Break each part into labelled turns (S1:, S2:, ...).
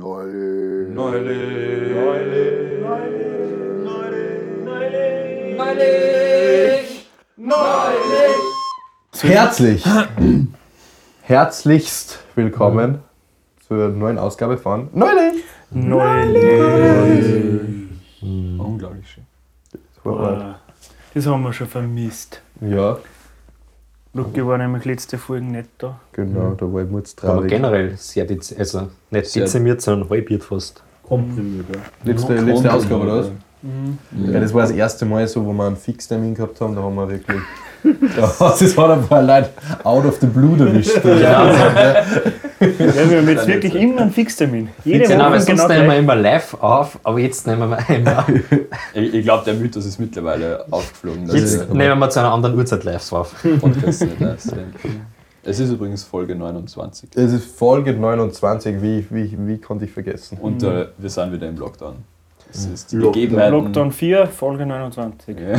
S1: Neulich.
S2: Neulich.
S3: Neulich. Neulich. Neulich. Neulich.
S2: Herzlich. Herzlichst willkommen zur neuen Ausgabe von Neulich.
S4: Neulich.
S3: Unglaublich schön.
S4: Boah, Das haben wir schon vermisst.
S2: Ja,
S4: Lucky war nämlich letzte Folge nicht da.
S2: genau, da war ich jetzt
S3: Aber
S2: traurig.
S3: generell sehr dezimiert, also nicht dezimiert, sondern halbiert fast.
S5: Komprimiert, ja.
S2: Letzte, letzte Ausgabe, oder was? Ja, das war das erste Mal so, wo wir einen Fixtermin gehabt haben, da haben wir wirklich. Da hat es hat ein paar Leute out of the blue erwischt.
S4: Ja, wir haben jetzt wirklich immer einen Fixtermin. Jede
S3: Genau,
S4: Woche
S3: aber sonst
S4: genau
S3: nehmen wir
S4: gleich.
S3: immer live auf, aber jetzt nehmen wir einmal.
S5: Ich, ich glaube, der Mythos ist mittlerweile aufgeflogen. dass
S3: Jetzt
S5: der
S3: nehmen wir zu einer anderen Uhrzeit live auf.
S5: Podcast nicht erst denkt. Es ist übrigens Folge 29.
S2: Es ist Folge 29, wie, wie, wie konnte ich vergessen?
S5: Und äh, wir sind wieder im Lockdown. Es ist die
S1: Lockdown.
S5: Begebenheiten.
S4: Lockdown 4, Folge 29.
S5: Ja.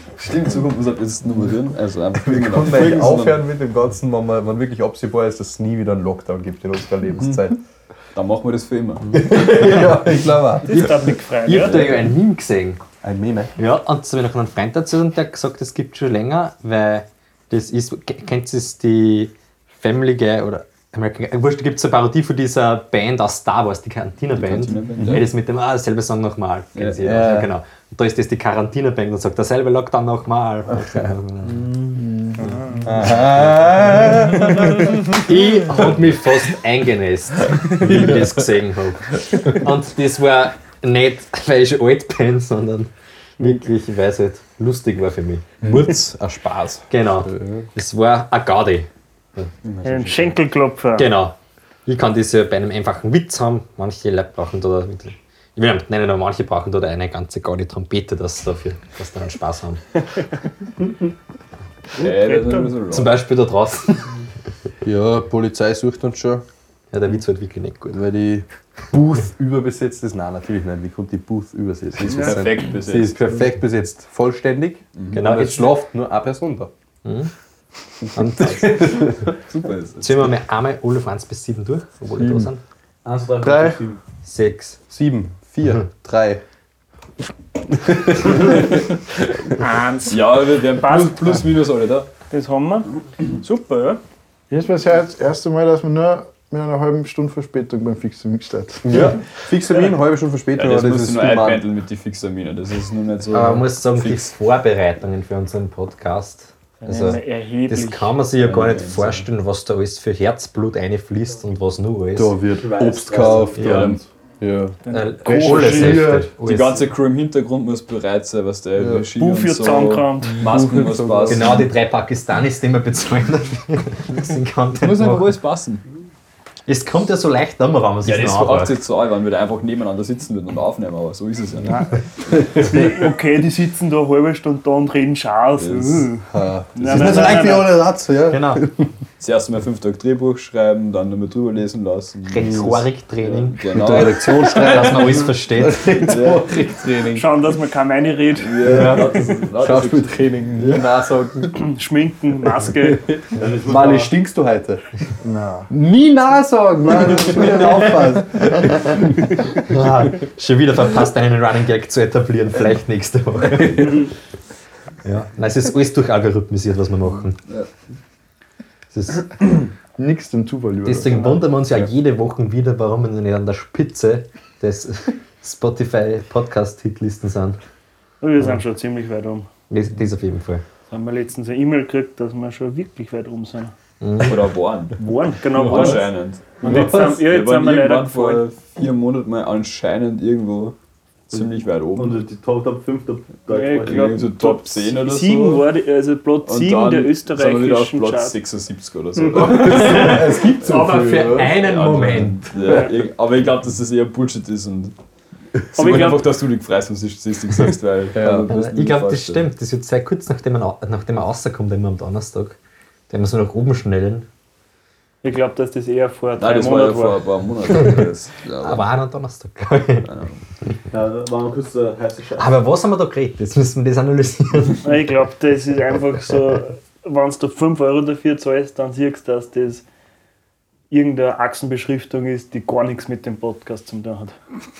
S5: Stimmt, Zukunft muss halt jetzt nummerieren. Also einfach
S2: Wir
S5: irgendwann
S2: konnten eigentlich
S5: folgen, sondern
S2: aufhören mit dem Ganzen, wenn man, wenn wirklich absehbar ist, dass es nie wieder einen Lockdown gibt in unserer Lebenszeit.
S5: Dann machen wir das für immer.
S2: ja, ich glaube
S4: Das ist damit gefreut,
S3: Ich
S4: ja?
S3: habe da ja ein Meme gesehen.
S2: Ein Meme.
S3: Ja, und zu mir noch einen Freund dazu und der hat gesagt, das gibt schon länger, weil das ist, ke- kennt ihr das, die Family Guy oder American Guy? Wurscht, da gibt es eine Parodie von dieser Band aus Star Wars, die Cantina-Band.
S5: Cantina-Band,
S3: Ja.
S5: ja.
S3: Das mit dem, ah, selbe Song nochmal.
S5: Ja.
S3: Ja. Ja, genau. Und da ist das die Quarantina-Band und sagt, derselbe Lockdown nochmal. genau. Ich habe mich fast eingenässt, wie ich das gesehen habe. Und das war nicht, weil ich alt bin, sondern wirklich, weil es halt lustig war für mich.
S2: Murz, ein Spaß.
S3: Genau. Es war ein Gaudi.
S4: Ein Schenkelklopfer.
S3: Genau. Ich kann das ja bei einem einfachen Witz haben. Manche Leute brauchen da. Ich will nicht nennen, aber manche brauchen da eine ganze Gaudi Trompete, dass sie dafür dass sie dann Spaß haben.
S5: Äh, das ist immer so
S3: Zum
S5: wrong.
S3: Beispiel da draußen.
S2: Ja, Polizei sucht uns schon,
S3: Ja, der Witz war halt wirklich nicht gut.
S2: weil die Booth überbesetzt ist. Nein, natürlich nicht. Wie kommt die Booth übersetzt? Sie ist
S5: Perfekt
S2: Sie ist
S5: besetzt.
S2: perfekt besetzt. Vollständig.
S3: Genau,
S2: Und es
S3: jetzt
S2: schlaft nur eine Person da.
S3: und jetzt ziehen
S5: Super ist es.
S3: wir mal einmal alle von 1 bis 7 durch, obwohl wir da sind.
S5: 1, 2,
S2: Drei,
S3: 6.
S2: sieben, vier, drei.
S4: Eins.
S5: Ja, wir wir haben plus,
S4: Passt.
S5: plus minus alle da.
S4: Das haben wir. Super, ja?
S1: Jetzt war es ja das erste Mal, dass wir nur mit einer halben Stunde Verspätung beim Fixing gestartet.
S2: Ja, fixer Termin, halbe Stunde Verspätung,
S5: Ja, das
S2: aber das
S5: musst
S2: ist
S5: du nur
S2: human.
S5: einpendeln mit den Fixaminen. Das ist nur nicht so.
S3: Aber man muss sagen, die Vorbereitungen für unseren Podcast. Also, das
S4: erheblich.
S3: kann man sich ja gar nicht
S5: Ja,
S3: vorstellen, was da alles für Herzblut einfließt und was nur alles.
S2: Da wird
S5: weiß,
S2: Obst
S5: weiß.
S2: gekauft
S3: Ja.
S2: und ja.
S3: Äh,
S1: Recherchiert.
S3: alles.
S5: ähm, Die ganze Crew im Hintergrund muss bereit sein, was der ja. Regie
S4: Buh
S5: und
S4: für
S5: so.
S4: zusammengerannt.
S5: Masken muss
S2: Buh-
S5: passen.
S3: Genau die drei Pakistanis, die wir bezahlen dafür. dass sie Content
S5: Muss einfach
S3: machen.
S5: alles passen.
S3: Es kommt ja so leicht an, wenn man sich
S5: Ja,
S4: Genau.
S5: das
S3: noch
S5: braucht
S3: anfragt.
S5: jetzt so wenn wir da einfach nebeneinander sitzen würden und aufnehmen, aber so ist es ja nicht.
S4: Okay, die sitzen da eine halbe Stunde da und reden scharf.
S5: Das-
S4: Uh.
S2: Ah, Das
S4: Nein,
S2: ist nicht
S4: nein,
S2: so
S4: nein,
S2: leicht wie
S4: nein.
S2: ohne Satz, ja.
S3: Genau.
S5: Zuerst mal fünf Tage Drehbuch schreiben, dann nochmal drüber lesen lassen.
S3: Rhetoriktraining,
S5: Genau.
S2: Mit der Redaktion
S3: dass man alles versteht.
S2: Rhetoriktraining.
S4: Schauen, dass man kaum eine redet.
S5: Ja, das ist- das ist-
S2: Schauspieltraining, Nasagen.
S4: Schminken, Maske.
S2: Mali, stinkst du heute?
S1: Nein.
S2: Nie Nasagen, Mann, ich will nicht aufpassen.
S3: Ah, schon wieder verpasst, einen Running Gag zu etablieren, vielleicht nächste Woche. ja. Nein, es ist alles durchalgorithmisiert, was wir machen.
S5: Ja.
S3: Es ist,
S1: Nichts dem Zufall über.
S3: deswegen wundern wir uns ja jede Woche wieder, warum wir nicht an der Spitze des Spotify-Podcast-Hitlisten sind.
S4: Wir sind schon ziemlich weit um.
S3: Das, das auf jeden Fall.
S4: Da haben wir letztens eine E-Mail gekriegt, dass wir schon wirklich weit um sind.
S5: Oder waren.
S4: Waren, genau, waren.
S5: Anscheinend.
S4: Und jetzt sind, ja,
S5: Wir
S4: jetzt sind
S5: waren
S4: wir leider
S5: irgendwann
S4: gefallen.
S5: vor vier Monaten mal anscheinend irgendwo ziemlich weit oben.
S6: Und die Top Top 5 Top
S4: Ja, ich
S6: Deutsch.
S4: glaub,
S5: Irgendwie so Top 10 oder
S4: sieben
S5: so.
S4: War, die- also Platz
S5: Und
S4: 7
S5: dann
S4: der
S5: Sind wir wieder auf
S4: österreichischen
S5: Platz
S4: Charts.
S5: 76 oder so.
S2: Es gibt so
S3: Aber
S2: viel,
S3: für
S2: oder?
S3: einen Moment.
S5: Ja, ich- aber ich glaube, dass das eher Bullshit ist und sie
S4: Aber ich
S5: wollen
S4: glaub-
S5: einfach, dass du die Preisstatistik sagst, weil
S2: Ja.
S5: du bist
S3: Ich glaube, das
S5: falsch.
S3: stimmt. Das ist jetzt sehr kurz, nachdem er, au- nachdem er rauskommt, immer am Donnerstag. Den müssen wir nach oben schnellen.
S4: Ich glaube, dass das eher vor drei
S5: Nein, das war ja
S4: Monaten
S5: vor
S4: war.
S5: ein paar Monaten. Das,
S3: Aber auch am Donnerstag, glaub ich.
S6: Ja, war mal kurz der heiße Scheiß.
S3: Aber was haben wir da geredet? Jetzt müssen wir das analysieren.
S4: Nein, Ich glaube, das ist einfach so, wenn du 5 Euro dafür zahlst, dann siehst du, dass das irgendeine Achsenbeschriftung ist, die gar nichts mit dem Podcast zu tun hat.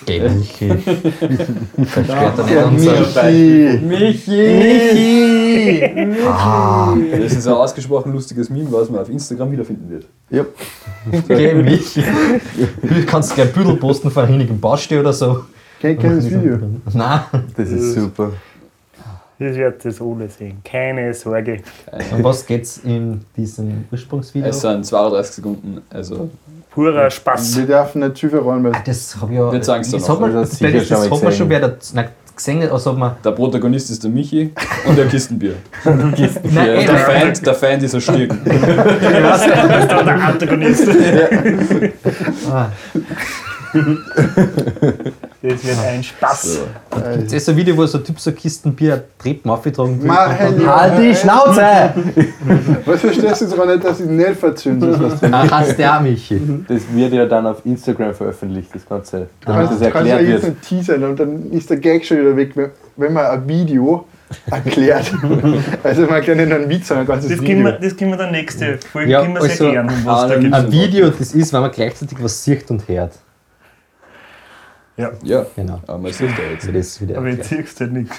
S3: Geht nicht. Verstört
S1: Ja,
S3: dann nicht unser.
S1: Michi.
S4: Michi!
S5: Das ist ein ausgesprochen lustiges Meme, was man auf Instagram wiederfinden wird.
S1: Yep.
S3: Geh mich. Du kannst gleich Büdel posten von hinigem Baustell oder so.
S1: Kein kleines Video.
S3: Nein.
S2: Das ist super.
S4: Das wird das alle sehen. Keine Sorge.
S3: Um was geht's in diesem Ursprungsvideo?
S5: Es sind 32 Sekunden, also
S4: Purer Spaß.
S1: Wir dürfen nicht Schiffe rollen, weil
S3: Ah, das habe ich ja.
S5: Jetzt sagen's
S3: das
S5: doch
S3: hat
S5: noch,
S3: man,
S2: oder?
S3: das,
S2: Sicher
S3: das,
S2: schon mal
S3: hat man schon
S2: gesehen.
S3: wieder nein, gesehen, also hat man.
S5: der Protagonist ist der Michi und der Kistenbier.
S3: Nein,
S5: Ja,
S3: eh,
S5: der,
S3: nein.
S5: Fan, der Fan dieser Stirn.
S4: Das ist dann der Antagonist.
S3: Ah,
S4: Das wird ein Spaß.
S3: Das ist so ein Video, wo so ein Typ so Kistenbier Treppen aufgetragen wird.
S1: Mach
S3: und
S1: ihn,
S3: dann, halt die
S1: Mann.
S3: Schnauze!
S1: Was verstehst du jetzt auch nicht, dass ich nicht verzünden soll? was du-
S3: Ah, hasst der auch, Michi.
S2: Das wird ja dann auf Instagram veröffentlicht, das Ganze.
S1: Du
S2: Damit das
S1: kannst, du kannst ja
S2: erklärt
S1: jetzt
S2: wird.
S1: nicht teasern und dann ist der Gag schon wieder weg, wenn, wenn man ein Video erklärt. also man kann ja nicht einen Witz, sondern ein ganzes
S4: Das können,
S1: Video.
S4: wir, das können wir der nächste Folge
S3: Ja,
S4: können wir
S3: also-
S4: erklären, um was da geht.
S3: Ein Video, das ist, wenn man gleichzeitig was sieht und hört.
S5: Ja,
S3: Genau.
S5: aber man sieht da jetzt.
S3: Also das wieder.
S4: Aber
S3: erklärt.
S4: jetzt siehst du halt nichts.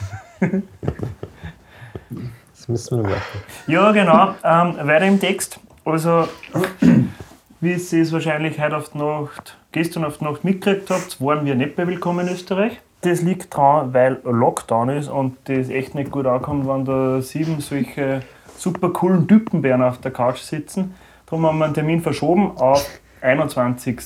S3: Das müssen wir noch machen.
S4: Ja, genau. Ähm, weiter im Text. Also, wie ihr es wahrscheinlich heute auf die Nacht, gestern auf die Nacht mitgekriegt habt, waren wir nicht bei Willkommen in Österreich. Das liegt daran, weil Lockdown ist und das echt nicht gut ankommt, wenn da sieben solche super coolen Typenbären auf der Couch sitzen. Darum haben wir einen Termin verschoben auf 21.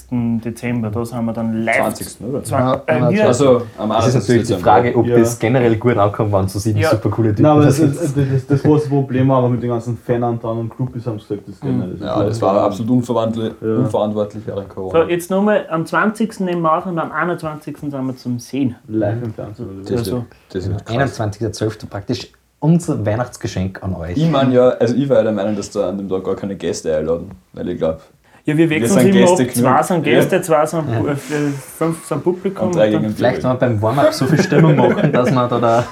S4: Dezember. Da sind wir dann live.
S5: 20. oder?
S4: Zwan- äh,
S3: Ja,
S4: wir-
S5: Also am
S3: Das
S5: 21.
S3: ist natürlich die
S5: Dezember.
S3: Frage, ob
S6: Ja.
S3: das generell gut ankommt, wenn so sieben
S4: Ja.
S3: super coole Typen
S6: Nein, aber
S3: da
S6: das,
S3: sitzen.
S6: das, das, das große Problem war aber mit den ganzen Fananteilen und Groupies haben sie gesagt, das geht
S2: Mhm.
S6: nicht.
S5: Ja, das war absolut unverwandle-
S6: Ja.
S5: unverantwortlich während
S4: So,
S5: Corona.
S4: jetzt nochmal am 20. nehmen wir auf und am 21. sind wir zum Sehen.
S6: live im Fernsehen. Oder?
S5: Das,
S6: was.
S4: also-
S5: das
S3: Genau,
S5: ist krass.
S3: 21.12. praktisch unser Weihnachtsgeschenk an euch.
S5: Ich meine ja, also ich war ja der Meinung, dass da an dem Tag gar keine Gäste einladen, weil ich glaube,
S4: Ja, wir wechseln
S5: sind
S4: immer
S5: Gäste
S4: ab. Zwei
S5: genug.
S4: sind Gäste, zwei sind, Pu- äh, fünf sind Publikum.
S5: am drei
S4: und dann-
S5: gegen
S3: Vielleicht
S5: vier.
S3: wollen wir beim Warm-up so viel Stimmung machen, dass wir da, da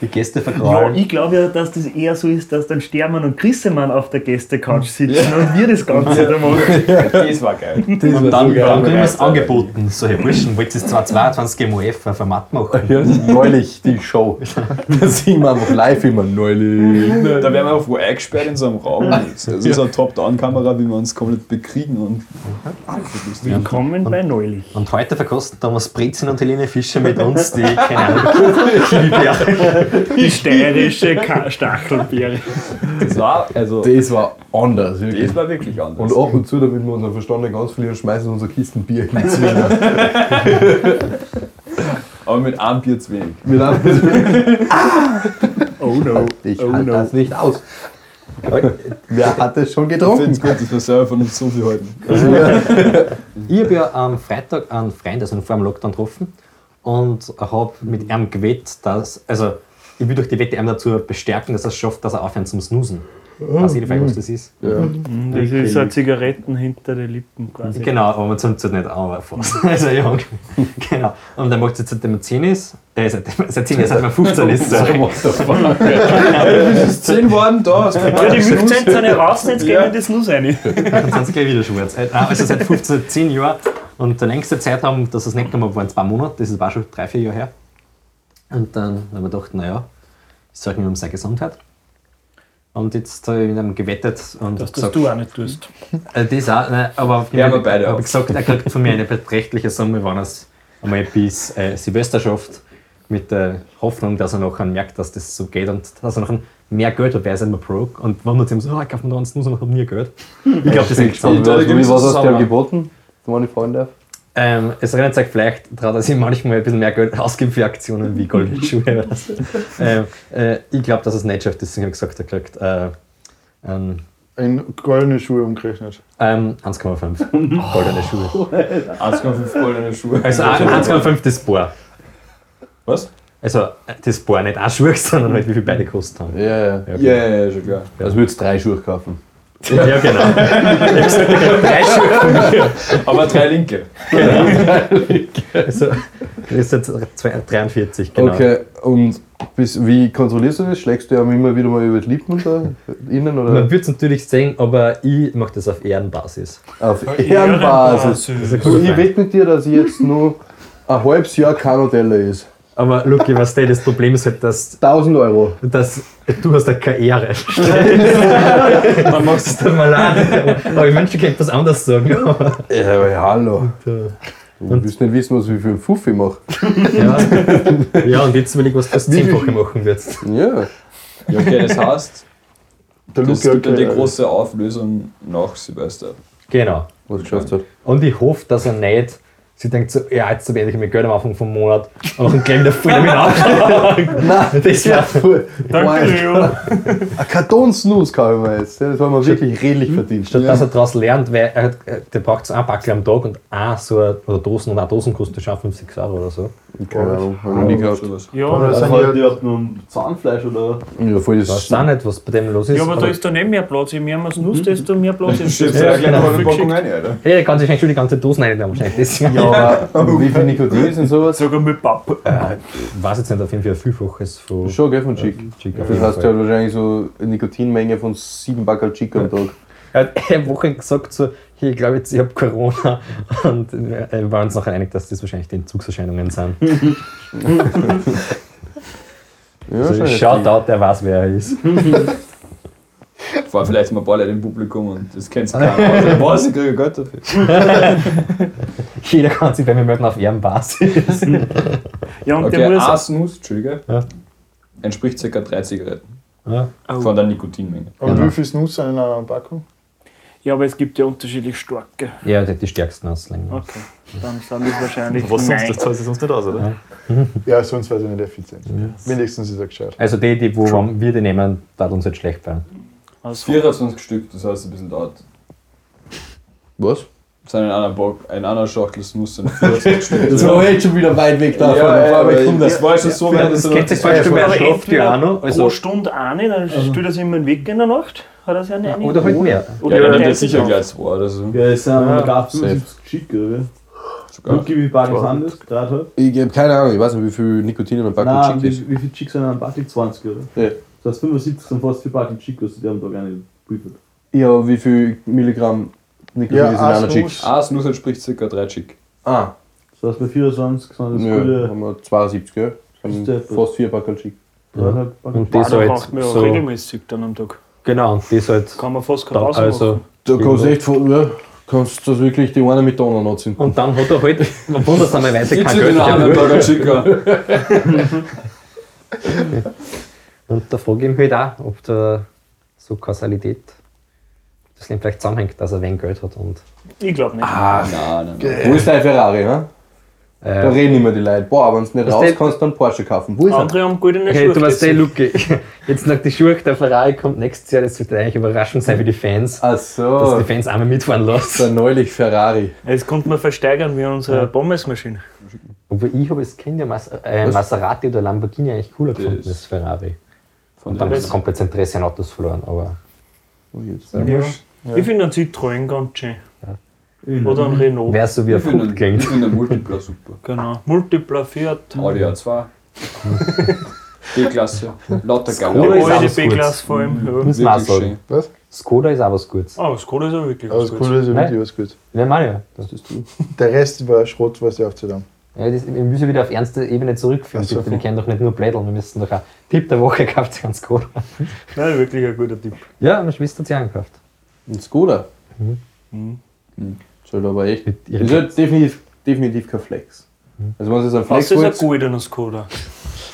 S3: die Gäste
S4: ja,
S3: vergrauen.
S4: ich glaube ja, dass das eher so ist, dass dann Stermann und Grissemann auf der Gästecouch sitzen und wir das Ganze da machen.
S5: Das war geil.
S2: war
S5: Und
S2: so
S5: dann
S2: geil.
S5: kam
S3: Und du
S5: der
S3: hast angeboten, so hey Burschen, wollt ihr 2022 im OF ein Format machen?
S2: Ja, neulich die Show. Da singen wir einfach live immer neulich.
S5: Da werden wir einfach wo eingesperrt in so einem Raum. Das ist so eine Top-Down-Kamera, wie wir uns komplett bekriegen und
S4: Willkommen bei Neulich.
S3: Und heute verkosten Thomas Brezin und Helene Fischer mit uns die, keine Ahnung, Kiwibeere.
S4: Die steirische Ka- Stachelbeere.
S5: das war, also,
S2: Das war anders, wirklich.
S5: das war wirklich anders.
S2: Und ab und zu, damit wir unseren Verstand nicht ganz verlieren, schmeißen wir unsere Kisten Bier in die Zwillinge.
S5: Aber mit einem Bier zu wenig.
S2: Wir laufen-
S4: Oh no.
S2: Ich
S4: Oh
S2: halte
S4: no.
S2: das nicht aus. äh, Wer hat das schon
S5: Ich finde
S2: getrunken?
S5: es gut, dass wir selber von uns so viel halten.
S3: Ich habe ja am Freitag einen Freund, also vor dem Lockdown getroffen und habe mit ihm gewettet, dass, also ich will durch die Wette ihm dazu bestärken, dass er es schafft, dass er aufhört zum Snoosen. Weiß ich nicht, was das ist.
S4: Das ist so Zigaretten hinter den Lippen quasi.
S3: Genau, aber man zündet es nicht an, aber fast. Also ja, genau. Und dann macht es jetzt seitdem er 10 ist, äh, seitdem, seit 10 ist, seit man 15 ist. Sorry.
S5: Ist 10 worden, da.
S4: Ja, die Milchzeit sind ja raus, jetzt gehen
S5: Ja.
S4: wir in das Nuss rein.
S3: Dann sind sie gleich wieder schwarz. Äh, nein, Also seit 15, 10 Jahren. Und der längste Zeitraum, dass es nicht gemacht war, waren zwei Monate. Das war schon drei, vier Jahre her. Und dann haben wir gedacht, naja, es sollte mir um seine Gesundheit. Und jetzt habe ich mit einem gewettet und
S4: Dass das
S3: gesagt,
S4: du auch nicht tust.
S3: Äh, das auch, nein, aber auf
S5: Ja, aber beide
S3: habe
S5: auch.
S3: ich gesagt, er kriegt von mir eine beträchtliche Summe, wenn er es einmal bis äh, Silvester schafft, mit der Hoffnung, dass er nachher merkt, dass das so geht und dass er nachher mehr Geld hat, weil er ist immer broke. Und wenn er zu ihm so, oh, ich kaufe mir da einen Snus und habe nie Geld. Ich glaube, das ist
S5: Und da gibt es
S2: was hast du dir
S5: Zusammenhang.
S2: geboten? Wenn ich fragen darf.
S3: ähm, Es erinnert sich vielleicht daran, dass ich manchmal ein bisschen mehr Geld ausgebe für Aktionen wie goldene Schuhe. oder so. ähm, äh, ich glaube, dass er es nicht schafft, deswegen habe ich gesagt, er kriegt äh, ähm,
S1: In goldene Schuhe umgerechnet.
S3: ähm, 1,5 goldene Schuhe.
S5: 1,5 goldene Schuhe.
S2: Oh.
S3: Also 1,5 das Paar.
S5: Was?
S3: Also, äh, das Paar nicht auch Schuhe, sondern halt, wie viel beide kosten haben.
S2: Ja, ja.
S5: Ja, ja, ja, schon klar.
S2: Also würdest du drei Schuhe kaufen.
S3: Ja, genau. Ich hab gesagt, da gibt's drei Stück von mir.
S5: Aber drei Linke.
S3: Also, das ist jetzt 43, genau.
S2: Okay, und bis, wie kontrollierst du das? Schlägst du ja immer wieder mal über die Lippen da innen oder
S3: Man würde es natürlich sehen, aber ich mache das auf Ehrenbasis.
S2: auf Ehrenbasis?
S3: Das ist
S2: So,
S3: ein
S2: ich
S3: guter
S2: wette mit dir, dass ich jetzt nur ein halbes Jahr kein Hotel ist.
S3: aber Luki, was du, das Problem ist halt, dass,
S2: 1000 Euro.
S3: dass du hast eine Karriere.
S5: Man macht es
S3: Tut mir leid. Aber ich wünsche, ich könnte was anderes sagen. Aber,
S2: Ja, aber hallo.
S3: äh,
S2: Du wirst nicht wissen, was ich für einen Fuff ich mache.
S3: ja. ja, und jetzt will ich was fürs Zehnfache machen würdest.
S2: Ja.
S5: Ja, okay, das heißt,
S1: Der
S5: es
S1: Luca
S5: gibt dann die
S1: erklärt.
S5: große Auflösung nach Silvester.
S3: Genau.
S2: Was geschafft hat.
S3: Und ich hoffe, dass er nicht. Sie denkt so, ja, jetzt werde ich mir Geld am Anfang vom Monat und auf den Claim der Film hinaufschlagen. Nein, das wäre
S2: Cool.
S4: Danke,
S2: Wow.
S4: Leo.
S2: Ein Karton-Snooze kaufen wir jetzt. Das haben wir wirklich redlich verdient.
S3: Statt dass er daraus lernt, weil er, hat- äh, der braucht so ein Backel am Tag und ein so ein, oder Dosen und eine Dosen kostet schon 5, 6 Euro oder so.
S2: Keine Ahnung, hab ich noch nie gehabt.
S4: Ja,
S6: Oder sind
S1: halt-
S6: die, die hat nur ein Zahnfleisch oder.
S2: Ja, voll
S3: Ich weiß
S2: das.
S3: auch nicht, was bei dem los ist.
S4: ja, aber da ist dann eh mehr Platz. Je mehr man es nutzt, desto mehr Platz ist
S5: Schiebst
S3: Ja,
S5: ja, gleich
S3: genau.
S5: noch eine Packung rein, Alter.
S3: Ja, der kann sich eigentlich schon die ganze Dosen einnehmen wahrscheinlich. Deswegen.
S2: Ja, aber wie viel Nikotin ist und sowas?
S4: Sogar mit Pappe.
S3: Ich weiß jetzt nicht, auf jeden Fall ein Vielfaches von
S2: Schon, gell, von Chick.
S3: Chica.
S2: Das heißt, der hat wahrscheinlich so eine Nikotinmenge von sieben Backel Chick am Tag.
S3: Er hat eine Woche gesagt so, hey, ich glaube jetzt, ich habe Corona. Und wir äh, waren uns nachher einig, dass das wahrscheinlich die Entzugserscheinungen sind.
S2: Ja,
S3: Also,
S2: wahrscheinlich.
S3: Shoutout, der weiß, wer er ist.
S5: War vielleicht mal ein paar Leute im Publikum und das kennt's keiner. Was? Ich kriege Geld dafür.
S3: Jeder kann sich bei mir melden auf Ehrenbasis.
S4: Ja, und
S5: Okay,
S4: der muss.
S5: ein Snus, Entschuldige,
S3: Ja.
S5: entspricht ca. drei Zigaretten
S3: Ja.
S5: von der Nikotinmenge.
S1: Und
S3: Genau.
S1: wie viel Snus sind in einer Packung?
S4: Ja, aber es gibt ja unterschiedlich starke.
S3: Ja, der hat die stärksten Auslänge.
S4: Okay, dann sind das wahrscheinlich.
S7: Was sonst,
S4: nein.
S7: das zahlt sich sonst nicht aus, oder?
S1: Ja, sonst weiß ich nicht effizient. Wenigstens ist er gescheit.
S3: Also die, die wo wir die nehmen, wird uns jetzt schlecht werden.
S4: Also,
S5: 24 Stück, das heißt ein bisschen dauert.
S2: Was?
S5: Das sind in einer, Bock, in einer Schachtel Snus sind 24 Stück.
S2: Das war jetzt schon wieder weit weg davon.
S5: ja,
S2: Vor allem,
S5: aber
S2: ich komm da-
S5: das war schon so, wenn das
S3: zum Beispiel
S4: aber
S3: bei Schlaft ja auch noch. Also
S4: pro Stunde eine, dann stüllt er sich immer einen Weg in der Nacht. Hat er sich einen einen-
S3: oder halt mehr.
S5: Ja, dann nimmt er
S4: der
S5: sicher
S4: ist-
S5: gleich also. zwei oder so.
S6: Ja, es sind ja, gab
S2: safe.
S6: 75 Chick, oder?
S5: Sogar.
S6: Lucky, wie Backel sind das? Dreieinhalb?
S2: Ich hab keine Ahnung, ich weiß nicht, wie viel Nikotin in einem Backel
S6: Nein,
S2: Chick ist.
S6: wie, wie viel Chick sind an Backel? 20, oder?
S2: Ja.
S6: Das heißt 75 sind fast vier Backel Chick, also die haben da gar nicht geprüft.
S2: Ja, wie viel Milligramm Nikotin
S1: Ja,
S2: ist in
S1: ein
S2: einer Chick?
S1: Snus.
S5: Ein Snus entspricht ca. 3 Chick.
S2: Ah,
S6: Das heißt bei 24 sind das
S2: ja,
S6: gute
S2: haben wir 72, gell? Haben
S6: Ist der-
S2: Fast vier Backel Chick.
S6: dreieinhalb Backel.
S3: Und das
S4: Ah, da
S3: halt
S4: braucht man ja
S3: so-
S4: regelmäßig dann am Tag.
S3: Genau, und das halt.
S4: Kann man fast
S3: Dann,
S4: gerade
S3: also,
S2: Da kannst du echt von, ja, kannst du wirklich die eine mit der anderen anziehen.
S3: und dann hat er halt, man wundert sich weise kein
S5: Gibt's nicht
S3: Geld.
S5: in einer
S3: gehabt.
S5: Hamburger Chick. ja.
S3: Und da frage ich mich halt auch, ob da so Kausalität, ob das Leben vielleicht zusammenhängt, dass er wenig Geld hat. Und,
S4: Ich glaube nicht.
S3: Ah.
S5: Nein, nein, nein.
S2: Wo ist dein Ferrari, ne? Da
S3: äh,
S2: reden immer die Leute. Boah, wenn du nicht
S3: Was
S2: raus
S3: der-
S2: kannst, dann Porsche kaufen. Wo ist er?
S4: Andere haben goldene
S3: hey, du weißt eh,
S4: Schuhe.
S3: Luki, jetzt nach die Schuhe, der Ferrari kommt nächstes Jahr, das wird eigentlich überraschend sein für die Fans,
S2: Ach
S3: dass
S2: so.
S3: die Fans einmal mitfahren
S2: Das war
S3: lassen.
S2: neulich Ferrari.
S4: Das konnte man versteigern wie unsere Pommesmaschine.
S3: Aber ich habe es Kind ja Mas äh,
S2: Was?
S3: Maserati oder Lamborghini eigentlich cooler gefunden
S5: Das-
S3: als Ferrari.
S5: Von
S3: Und dann
S5: dem-
S3: ist komplett das Interesse an Autos verloren, aber
S4: Ja. Ich finde einen Citroën ganz schön. Oder einen Renault.
S3: wäre so wie ein
S5: Ich finde
S3: Frucht
S5: den- ich
S3: klingt.
S5: finde den Multipler super.
S4: Genau. Multipler Fiat.
S5: Audi A2. B-Klasse. Lauter
S3: Skoda
S5: geil.
S3: ist
S4: Alte
S3: alles gut. Mhm.
S4: B-Klasse vor allem. Ja.
S3: Muss man auch
S5: Wirklich
S3: sagen.
S5: schön.
S3: Skoda ist auch was Gutes.
S4: Ah, das Kohle ist auch wirklich
S1: Aber
S4: was
S1: das Coole
S4: Gutes.
S1: ist,
S3: Nein.
S1: das Video ist gut.
S3: Ja, Mario. Das
S1: Der Rest war Schrott, was sie aufzudampfen.
S3: Ja, das, wir müssen wieder auf ernste Ebene zurückführen.
S1: Ach so.
S3: Bitte, wir können doch nicht nur plädeln, wir müssen doch auch Tipp der Woche kauft ganz gut.
S4: Nein, wirklich ein guter Tipp.
S3: Ja, meine Schwester hat sie angekauft.
S2: Ein Skoda.
S4: Mhm.
S2: Ist halt aber echt.
S3: Mit ihren
S2: Ist halt definitiv, definitiv kein Flex. Also, wenn es ein
S4: Was
S2: Flex
S4: ist ein
S2: wollt,
S4: goldener Skoda?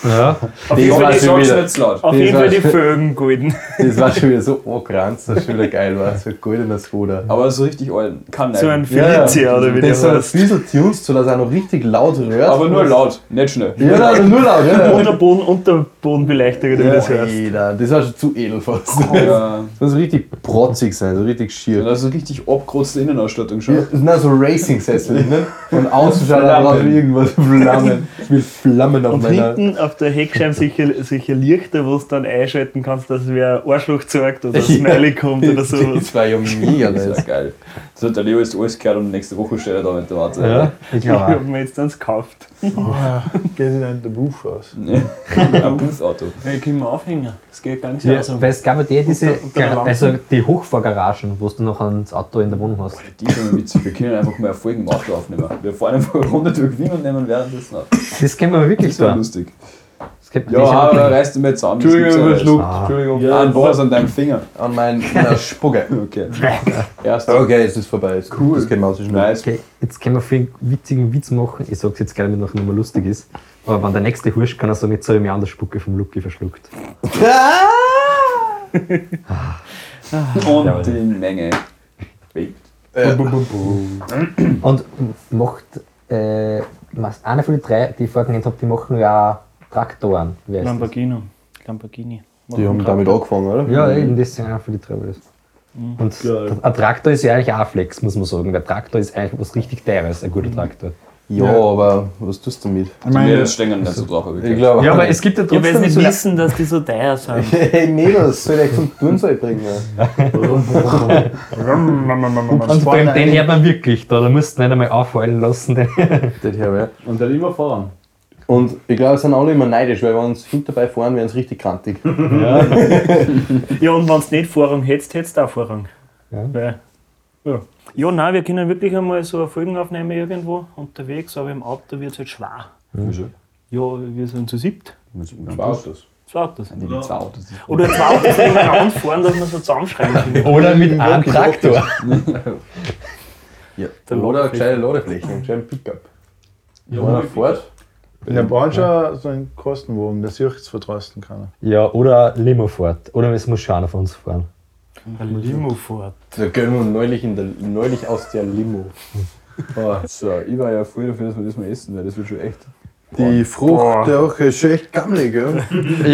S3: Ja.
S4: Auf
S2: Die
S4: jeden Fall
S2: weiß
S5: Ich
S4: die,
S2: ich
S5: sag's
S2: wieder.
S5: nicht zu laut.
S4: auf
S2: die
S4: jeden Fall die
S2: weiß-
S4: Fögen golden.
S2: das war schon wieder so angranzt, das ist schon wieder geil war. So ein goldener Skoda.
S5: Aber so richtig alten. Kann
S4: So ein
S5: nicht.
S4: Felicia oder wie der
S2: das
S4: heißt.
S2: heißt. Das so ein bisschen tunst, so dass er noch richtig laut rührt.
S5: Aber nur laut, nicht schnell.
S2: Ja, nein, nur laut. Ja, ja.
S4: Unterboden, Unterbodenbeleuchtung, wie du das hörst.
S2: Alter, das war schon zu edel fast.
S5: Ja.
S2: Das muss richtig protzig sein, so richtig schier.
S5: Das ist richtig abgerotzte Innenausstattung
S2: Ja,
S5: schon.
S2: das sind auch so Racing-Sessel, ne? Und außen schaut er
S5: Flammen.
S2: drauf irgendwas Flammen. Ich will Flammen auf
S4: Und
S2: meiner.
S4: hinten auf auf der Heckscheibe solche, solche Lichter, wo du dann einschalten kannst, dass wer ein Arschloch zeigt oder ein Smiley kommt oder sowas.
S2: Das war ja mega
S5: Das ist ja
S2: nice.
S5: geil. So, der Leo ist alles gehört und nächste Woche steht er da mit der Warte.
S3: Ja, ich
S4: Ich habe
S3: glaube
S4: mir jetzt eins gekauft.
S3: Oh.
S1: Geht in ein Buch aus.
S5: Ein Booth-Auto.
S4: Ich kann mir aufhängen. Das geht gar nicht
S3: ja, Weil es gab ja die, diese,
S4: Und da- und da
S3: Gar- also die Hochfahrgaragen, wo du noch ein Auto in der Wohnung hast.
S5: Die ist immer witzig. Wir können einfach mal Erfolg im Auto aufnehmen. Wir fahren einfach eine Runde durch Wien und nehmen währenddessen auf.
S3: Das kennen wir wirklich
S5: Das war
S3: so.
S5: lustig.
S3: Das kennt
S5: Ja,
S3: das ist
S5: aber
S3: wirklich-
S5: reißt du mir jetzt an.
S2: Entschuldigung, überschluckt.
S3: Ah.
S2: Entschuldigung.
S5: Ja, an was an deinem Finger.
S2: An meinen Spucke.
S5: Okay.
S2: Erst. Okay, es ist vorbei. Cool. Das können wir ausschneiden.
S5: Nice.
S3: Okay, jetzt können wir viel witzigen Witz machen. Ich sag's jetzt gerne, wenn noch mal lustig ist. Aber wenn der nächste Hursch kann er sagen, jetzt habe ich mir an der Spucke vom Lucky verschluckt.
S5: Und die Menge. Wait.
S2: Äh,
S3: Und macht äh, was- einer von den drei, die ich vorher genannt habe, die machen ja auch Traktoren. Wer ist das?
S4: Lamborghini. Lamborghini.
S2: Die haben damit angefangen, oder?
S3: Ja, eben das sind einer von den drei. war Das. Und
S6: Geil.
S3: ein Traktor ist ja eigentlich auch Flex, muss man sagen. Weil Traktor ist eigentlich was richtig teures, ein guter Traktor.
S2: Ja, aber was tust du damit?
S1: Ich
S5: Mir
S1: meine,
S5: das Stängel nicht so drauf. wirklich.
S2: Ich glaube.
S3: Ja, aber es gibt ja
S4: Ich will
S3: trotzdem
S4: nicht
S3: so
S4: wissen, dass die so teuer sind.
S2: Hey, Mädels, soll ich zum Turnseil bringen?
S3: Und
S6: Sport
S3: beim den
S6: eigentlich-
S3: hört man wirklich, da, da musst du nicht einmal auffallen lassen. Den.
S2: Das her, ja.
S6: Und dann immer voran.
S2: Und ich glaube, es sind alle immer neidisch, weil wenn sie hinterbei fahren, werden sie richtig krantig.
S4: Ja, und wenn du nicht Vorrang hättest, hättest du auch Vorrang.
S3: Ja.
S4: Weil, ja. ja, nein, wir können wirklich einmal so eine Folgen aufnehmen irgendwo unterwegs, aber im Auto wird es halt schwer.
S5: Wieso?
S4: Ja, wir sind zu siebt.
S5: Mit Autos.
S4: Zwei Autos.
S5: Nee, mit zwei Autos.
S4: Oder zwei Autos nebeneinander fahren, dass wir so zusammenschreien können.
S3: Oder mit einem Traktor.
S2: Ja. Oder eine gescheite Ladefläche, einen gescheiten Pickup. Ja, Wenn er fährt,
S1: in der Branche so einen Kostenwagen, der sich jetzt verdrosten kann.
S3: Ja, oder Limo fährt. Oder es muss schon einer von uns fahren.
S4: Ein Limo fährt.
S2: da gehen wir neulich, in der, neulich aus der Limo.
S5: Oh, so, ich war ja früh dafür, dass wir das mal essen, weil das wird schon echt.
S1: Die Frucht der Woche ist schon echt gammelig, gell?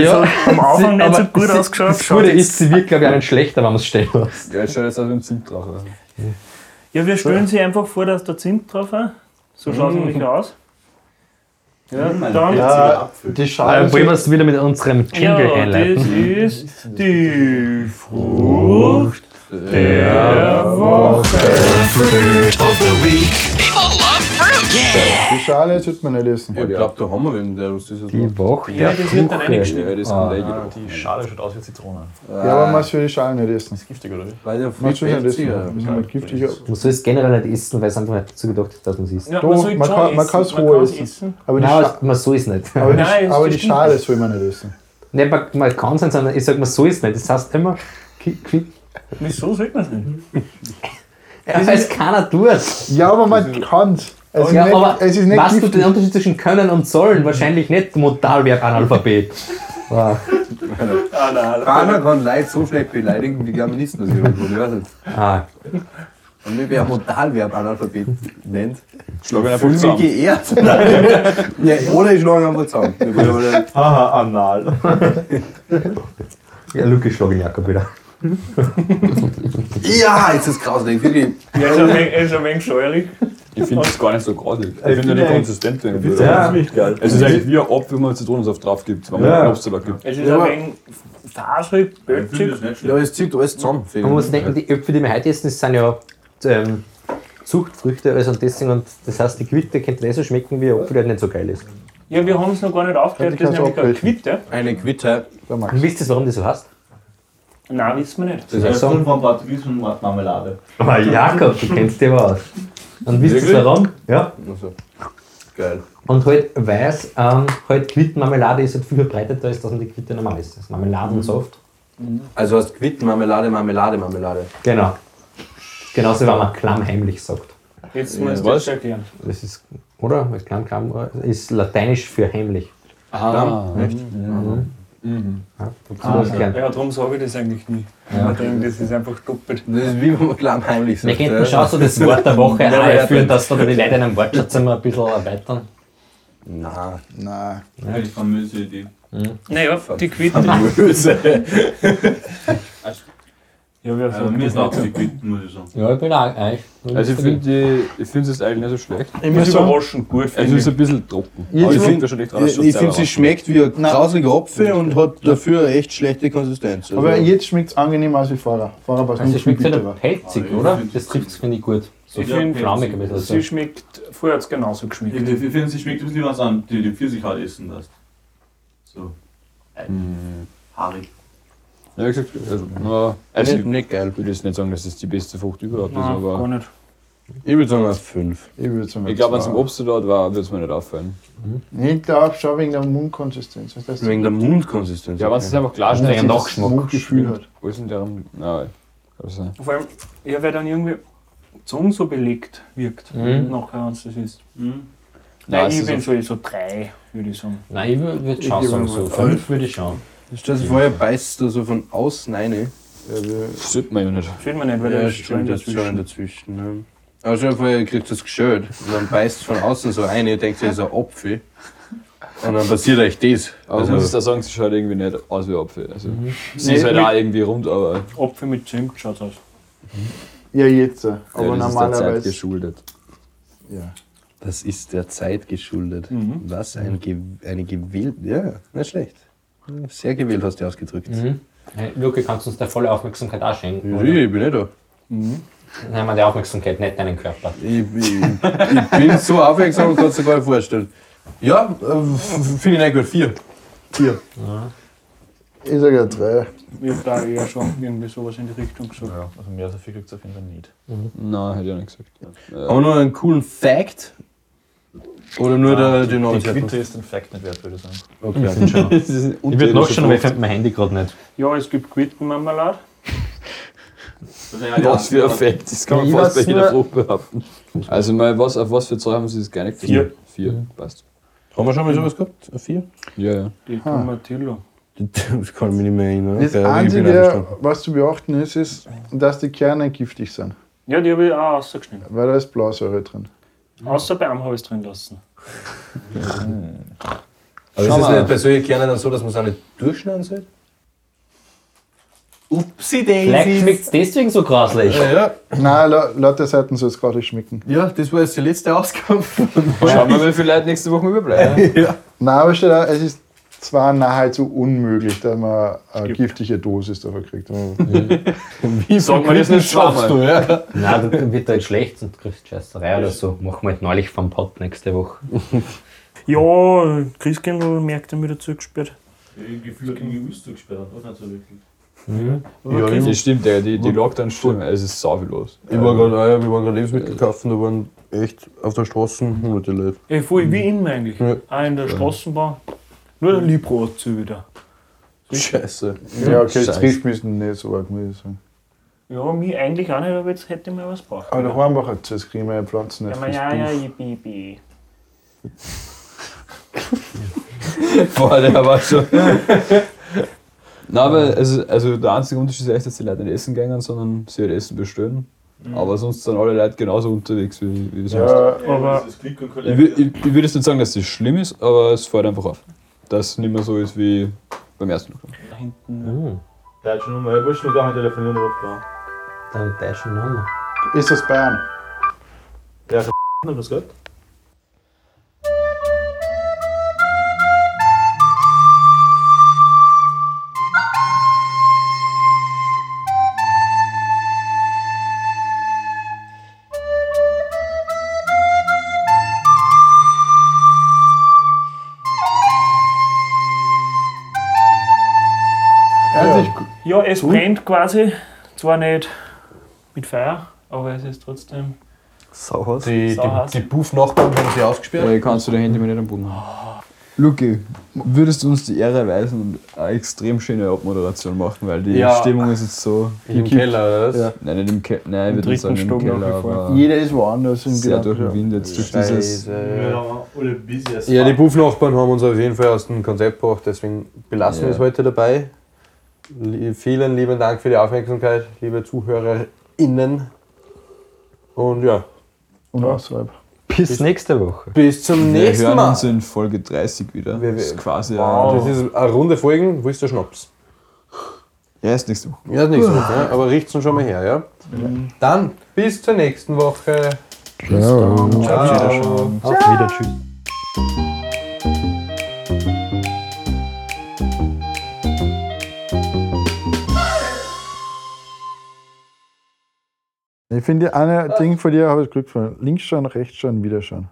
S3: Ja,
S4: Am Anfang nicht so
S3: aber
S4: gut
S3: sie-
S4: ausgeschaut.
S3: Das
S4: schaut
S3: Gute
S4: jetzt-
S3: ist, sie wird, glaube ich, auch nicht schlechter, wenn man es stehen lässt.
S5: Ja, jetzt schaut jetzt aus wie ein Zimt drauf. oder?
S4: Ja, Mhm. wir stellen sie einfach vor, dass da Zimt drauf ist. So schaut es nämlich aus. Ja, dann.
S1: Ja, die Schale.
S3: Aber Äh, wollen wir
S1: so-
S3: es wieder mit unserem Jingle
S4: ja,
S3: einleiten?
S4: das ist die Frucht der
S1: Die Schale tut man nicht essen.
S2: Ich glaube, da haben wir wen, der uns dieses
S3: Die Woche
S4: Ja,
S3: der
S4: das wird dann
S3: Kuche.
S5: Ja, das kann der ah,
S7: Die Schale schaut aus wie Zitrone.
S1: Ja, aber man muss für die Schale nicht essen.
S7: Ist giftig, oder wie?
S2: Weil der
S1: Man
S2: fährt
S1: soll nicht essen.
S2: ja.
S1: Das ist nicht giftig.
S3: Man soll es generell nicht essen, weil es einfach nicht so gedacht ist, dass man es isst.
S4: Ja,
S1: Doch,
S4: soll
S1: man
S4: schon
S1: kann- man kann's
S4: man
S1: roh
S4: kann's
S1: essen.
S4: essen.
S1: Aber die,
S3: Nein,
S1: Scha
S3: es- man soll es nicht.
S1: aber die,
S4: Nein, das
S1: aber die
S4: stimmt.
S1: Schale soll man nicht essen.
S3: Nein, man, man kann es nicht, sondern ich sage, man soll es nicht. Das heißt immer, ki- ki-
S4: Wieso sollte man es nicht?
S3: ja, weil es keiner tut.
S1: Ja, aber man kann es. Es ist
S3: Ja, aber
S1: nicht, es ist nicht
S3: weißt du den
S1: giftig.
S3: Unterschied zwischen können und sollen? Wahrscheinlich nicht Modalverb-Analphabet. Wow.
S2: Keiner kann Leute so schlecht beleidigen, die glauben nicht, dass ich irgendwo gehört
S3: Ah,
S2: Und wenn wer Modalverb Analphabet nennt,
S5: Schlag ihn einfach
S2: fühle mich
S5: zusammen.
S2: geehrt. ja, oder ich schlage einfach zusammen. Wir wollen aber nicht-
S6: Haha, anal.
S3: ja, Lukas schlage ich Jakob wieder.
S2: Ja, jetzt ist es grauslich, wirklich.
S4: Er ist ein wenig- er ist ein wenig scheuerlich.
S5: Ich finde das gar nicht so gradig. Ich finde die
S6: finde-
S5: konsistent irgendwie.
S6: Ja.
S5: oder? Es ist eigentlich wie ein Opfer, wenn man Zitronensaft drauf gibt, wenn man
S6: Ja.
S5: ja. Obstsalat gibt.
S4: Es ist ein wenig faserig, bölzig.
S2: Ja, es zieht alles zusammen.
S3: Man muss denken, die Äpfel, die wir heute essen, das sind ja ähm, Zuchtfrüchte, also und deswegen, und das heißt, die Quitte könnte nicht so schmecken wie ein Apfel, der nicht so geil ist.
S4: Ja, wir haben es noch gar nicht aufgeklärt, das ist
S1: kann's
S4: nämlich eine
S1: abbrechen.
S4: Quitte.
S2: Eine Quitte.
S1: Da mach
S3: Und wisst ihr, warum das so heißt?
S4: Nein, wissen wir nicht.
S6: Das ist von portugiesischen Marmelade.
S3: Aber Ah, Jakob, du kennst dich aber aus. Und wisst ihr
S5: Wirklich?
S3: warum? Ja.
S2: Also, geil.
S3: Und halt weiß, ähm, halt Quittenmarmelade ist halt viel verbreiteter, als dass man die Quitte normal ist. Das ist Marmelade und Saft.
S2: Also hast Quitten, Marmelade, Marmelade, Marmelade.
S3: Genau. Genauso, wenn man klamm heimlich sagt.
S4: Jetzt musst du
S5: was?
S4: es erklären.
S3: Das ist, oder? Weil Klamm, klamm äh, ist lateinisch für heimlich. Mhm.
S5: Ah,
S3: Ja, das muss ich lernen.
S4: Ja, darum sage ich das eigentlich nie. Ich denke, das ist einfach doppelt.
S2: Das ist wie wenn man klein heimlich
S3: Wir
S2: sagt.
S3: könnten
S2: ja.
S3: schon so das Wort der Woche
S2: Ja,
S3: einführen,
S2: ja.
S3: dass da die Leute in einem Wortschatz immer ein bisschen erweitern.
S2: Nein.
S1: Nein.
S7: Ja, die famöse Idee.
S4: Naja, die Quitte.
S5: böse.
S4: Ja, wir
S7: Also
S6: Äh,
S4: sind
S6: mir ist auch gewidmet, muss ich sagen.
S3: Ja, ich bin auch eigentlich.
S5: Also ich finde es jetzt eigentlich nicht so schlecht.
S4: Ich
S5: muss
S4: muss sagen,
S6: Überraschend gut,
S5: Es
S6: finde
S5: ist
S6: ich.
S5: ein bisschen trocken.
S2: Ich
S5: Aber ich
S2: find-
S5: finde wahrscheinlich dran,
S2: Ich,
S5: dass
S2: ich finde,
S5: selber
S2: sie schmeckt wie ein grausliger Apfel und hat dafür eine echt schlechte Konsistenz. Also,
S1: Aber jetzt schmeckt es angenehm aus wie vorher. Vorher war es
S3: Also
S1: nicht
S3: schmeckt
S1: bitter.
S3: halt pelzig, oder? Das trifft es, finde ich, gut. So
S6: Ich find-
S3: flammig ein bisschen. Also.
S4: sie schmeckt, vorher hat es genauso
S6: Ich,
S4: geschmeckt.
S6: ich finde, sie schmeckt ein bisschen wie wenn du an, die den Pfirsich halt essen lässt. So. Haarig.
S5: Ja, wie gesagt, also, na, also
S2: nicht,
S5: ich
S2: nicht geil.
S5: würde jetzt nicht sagen, dass es die beste Frucht überhaupt ist,
S4: Nein, gar
S5: aber
S4: nicht.
S2: Ich würde sagen, auf 5.
S1: Ich würde zum
S5: ich glaube, wenn es im Obstsalat war, würde es mir nicht auffallen.
S3: Hm?
S1: Ich glaube schon wegen der Mundkonsistenz. Was das
S2: Wegen der Mundkonsistenz.
S5: Ja, wenn es einfach klar
S3: Und wegen
S5: schneidet,
S3: Nachgeschmack.
S1: Mundgefühl hat.
S5: wo ist denn deren... Nein, kann das sein.
S4: Vor allem, ja, weil dann irgendwie die Zunge so belegt wirkt,
S3: Mhm.
S4: nachher, wenn es das ist.
S6: Mhm.
S5: Nein,
S4: Nein,
S5: es
S4: ich
S5: ist
S4: bin so, so drei, würde ich sagen.
S3: Nein, ich würde schon sagen, so fünf würde ich schauen.
S2: Stell dir vor, er beißt da so von außen rein.
S5: Sollte man ja nicht.
S4: Fühlt man nicht, weil der
S2: Ja,
S4: ist schön
S2: stimmt, das ist schon
S4: dazwischen.
S2: dazwischen. Ne? Aber stell dir vor, ihr kriegt das geschönt und dann beißt von außen so rein, ihr denkt, das ist ein Apfel. Und dann passiert euch das.
S5: Aber
S2: Also,
S5: muss ich da sagen, sie schaut halt irgendwie nicht aus wie Apfel. Also, Sie
S4: Nee,
S5: ist halt
S4: mit-
S5: auch irgendwie rund, aber
S4: Apfel mit Zimt schaut aus.
S1: Ja, jetzt. äh,
S5: ja,
S1: Aber
S5: das ist der Zeit
S1: normalerweise.
S5: geschuldet.
S1: Ja.
S2: das ist der Zeit geschuldet.
S4: Mhm.
S2: Was ein Ge eine gewählte. Ja, nicht schlecht. Sehr gewählt hast du ausgedrückt.
S3: Mhm. Hey, Luke, kannst du uns da volle Aufmerksamkeit auch schenken?
S2: Ja,
S3: oder?
S2: ich bin nicht da.
S3: Nein, meine Aufmerksamkeit, nicht deinen Körper.
S2: Ich, ich, ich bin so aufmerksam, kannst du dir gar nicht vorstellen. Ja, äh, finde ich nicht gut. Vier.
S1: Vier.
S2: Ich sage ja drei.
S4: Ich hab da eher schon irgendwie sowas in die Richtung gesagt.
S6: Ja, also mehr so viel gibt es auf jeden Fall nicht.
S5: Nein, hätte ich auch nicht gesagt.
S2: Haben wir noch einen coolen Fact? Oder nur der, den
S6: Die
S2: Namen?
S6: Quinte ist den Fact nicht wert, würde ich sagen.
S2: Okay.
S3: ich würde noch schauen, aber ich finde mein Handy gerade nicht.
S4: Ja, es gibt Quittenmarmelade.
S5: Was für ein Fact, das kann man
S3: Ich
S5: fast bei
S3: weiß
S5: jeder
S3: nur-
S5: Frucht behaupten. Also, mal, was, auf was für Zahl haben Sie das gar nicht
S4: Vier.
S5: Vier, passt.
S2: Haben wir schon mal sowas gehabt? Eine Vier?
S5: Ja, ja.
S4: Die Tomatillo.
S2: Das kann ich mich nicht mehr erinnern.
S1: Das
S2: Okay, aber ich bin
S1: Einzige,
S2: einverstanden.
S1: was zu beachten ist, ist, dass die Kerne giftig sind.
S4: Ja, die habe ich auch rausgeschnitten.
S1: Weil da ist Blausäure drin.
S4: Außer bei einem habe ich es drin lassen.
S2: Aber
S5: Schau
S2: ist es
S5: mal.
S2: nicht bei solchen Kernen dann so, dass man es auch nicht durchschneiden soll?
S6: Upsi Daisy!
S3: Vielleicht schmeckt es deswegen so grauslich.
S2: ja.
S1: Nein, la- laut der Seiten soll es gerade schmecken.
S2: Ja, das war jetzt die letzte Ausgabe.
S5: Schauen wir mal, wie viele Leute nächste Woche überbleiben.
S1: Nein, aber steht auch, es ist zwar nahezu unmöglich, dass man eine giftige Dosis davon kriegt.
S5: Wie Sag mal das nicht schaffst du, ja?
S3: Nein, du wird halt schlecht und du kriegst Scheißerei oder so. Machen wir halt neulich vom Pott nächste Woche.
S4: Ja, Christkindl merkt er mir dazu gesperrt.
S6: Gefühlt in die Wüste gesperrt, oder? Nicht so wirklich.
S2: Ja, ich,
S5: Das stimmt, ja, die, die Lockdown stimmen, es ist sau viel los.
S2: ich war gerade ah ja, wir waren gerade Lebensmittel kaufen, da waren echt auf der Straße hunderte Leute.
S4: Ey, voll wie immer eigentlich.
S2: Ja.
S4: Auch in der Straßenbahn. Nur der Libro hat zu wieder.
S2: Scheiße.
S1: Ja, okay, das trifft mich nicht so arg, muss ich sagen.
S4: Ja, mich eigentlich auch nicht, aber jetzt hätte ich mir was braucht.
S1: Aber der Hornbach hat das kriegen wir ja Pflanzen nicht.
S4: Ja,
S1: fürs
S4: ja, ja,
S1: Buch.
S4: ich bin, ich bin.
S5: Boah, der war schon. Nein, aber also, also der einzige Unterschied ist echt, dass die Leute nicht essen gehen, sondern sie halt Essen bestellen. Aber sonst sind alle Leute genauso unterwegs wie, wie sonst.
S1: Ja,
S4: Aber-
S6: das ist Klick und
S5: Ich,
S6: Collect.
S5: wür- ich, ich würde jetzt nicht sagen, dass das schlimm ist, aber es fällt einfach auf. Dass es nicht mehr so ist wie beim ersten Lockdown.
S4: Da
S3: Mhm.
S4: hinten.
S6: Der hat schon nochmal, ich wollte schon gar nicht telefonieren, ruft an.
S3: Dann deutsche Nummer.
S1: Ist das Bayern?
S6: Na, was geht?
S1: Herzlich
S4: Ja, es brennt quasi. Zwar nicht mit Feuer, aber es ist trotzdem.
S2: Die, die,
S4: Sauhaus.
S2: die Puff-Nachbarn haben sie ausgesperrt.
S5: Weil kannst du dein Handy mal nicht am Boden haben. Luki, würdest du uns die Ehre erweisen und eine extrem schöne Abmoderation machen, weil die
S2: Ja.
S5: Stimmung ist jetzt so.
S2: Im Keller, oder? was?
S5: Nein, nicht im Keller, nein, ich würde nicht sagen im Keller, aber
S1: Jeder ist woanders im
S5: sehr durch den
S1: Gedanken.
S5: Wind jetzt durch dieses.
S2: Ja, die Buffnachbarn haben uns auf jeden Fall aus dem Konzept gebracht, deswegen belassen
S5: Ja.
S2: wir es heute dabei. Lie- Vielen lieben Dank für die Aufmerksamkeit, liebe ZuhörerInnen. Und ja,
S1: Und außerhalb.
S3: Bis nächste Woche.
S2: bis zum
S5: Wir
S2: nächsten
S5: hören
S2: Mal.
S5: uns in Folge 30 wieder.
S2: Wir- wir-
S5: das ist quasi
S2: Das ist eine runde Folgen. Wo ist der Schnaps?
S5: Ja, ist nächste Woche.
S2: Ja, ist nichts, ja, aber riecht's schon mal her, ja? Dann bis zur nächsten Woche. Ciao.
S3: Auf wieder, tschüss.
S1: Ich finde, eine Ding von dir habe ich Glück gefunden. Links schauen, rechts schauen, wieder schauen.